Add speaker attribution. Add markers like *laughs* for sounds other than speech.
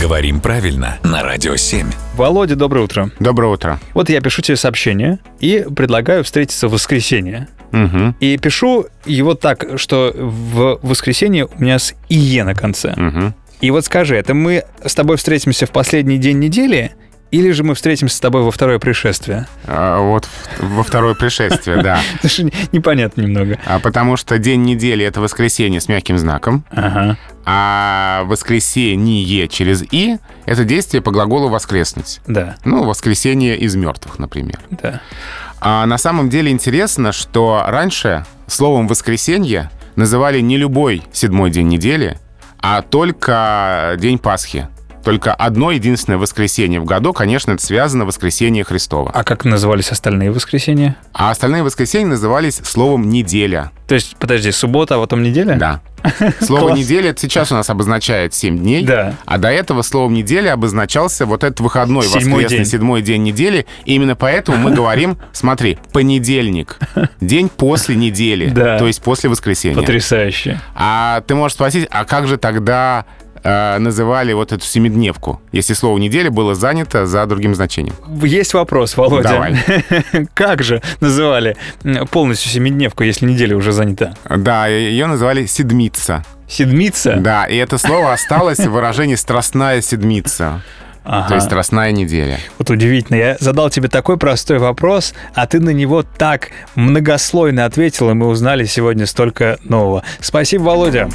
Speaker 1: Говорим правильно на Радио 7.
Speaker 2: Володя, доброе утро.
Speaker 3: Доброе утро.
Speaker 2: Вот я пишу тебе сообщение и предлагаю встретиться в воскресенье.
Speaker 3: Мгм.
Speaker 2: И пишу его так, что в воскресенье у меня с ИЕ на конце.
Speaker 3: Мгм.
Speaker 2: И вот скажи, это мы с тобой встретимся в последний день недели, или же мы встретимся с тобой во второе пришествие? *laughs*
Speaker 3: А, вот в- во второе пришествие, да.
Speaker 2: Это же непонятно немного.
Speaker 3: А Потому что день недели — это воскресенье с мягким знаком,
Speaker 2: Ага.
Speaker 3: а воскресенье через «и» — это действие по глаголу «воскреснуть».
Speaker 2: Да,
Speaker 3: Ну, воскресенье из мертвых, например.
Speaker 2: да.
Speaker 3: А на самом деле интересно, что раньше словом «воскресенье» называли не любой седьмой день недели, а только день Пасхи. Только одно единственное воскресенье в году, конечно, это связано воскресенье Христова.
Speaker 2: А как назывались остальные воскресенья?
Speaker 3: А остальные воскресенья назывались словом «неделя».
Speaker 2: То есть, подожди, суббота, а потом неделя? *laughs*
Speaker 3: Да. Слово
Speaker 2: Класс.
Speaker 3: «неделя» это сейчас у нас обозначает 7 дней.
Speaker 2: Да.
Speaker 3: А до этого словом «неделя» обозначался вот этот выходной,
Speaker 2: Седьмой
Speaker 3: воскресный
Speaker 2: день.
Speaker 3: седьмой день недели. И именно поэтому
Speaker 2: *laughs*
Speaker 3: мы говорим, смотри, понедельник, день после недели,
Speaker 2: Да.
Speaker 3: то есть после воскресенья.
Speaker 2: Потрясающе.
Speaker 3: А ты можешь спросить, а как же тогда э, называли вот эту семидневку, если слово «неделя» было занято за другим значением?
Speaker 2: Есть вопрос, Володя. *laughs*
Speaker 3: Давай.
Speaker 2: Как же называли м, полностью семидневку, если неделя уже занята?
Speaker 3: Да, ее называли «седмица».
Speaker 2: Седмица?
Speaker 3: Да, и это слово осталось в выражении «страстная седмица»,
Speaker 2: Ага.
Speaker 3: то есть «страстная неделя».
Speaker 2: Вот удивительно. Я задал тебе такой простой вопрос, а ты на него так многослойно ответил, и мы узнали сегодня столько нового. Спасибо, Володя.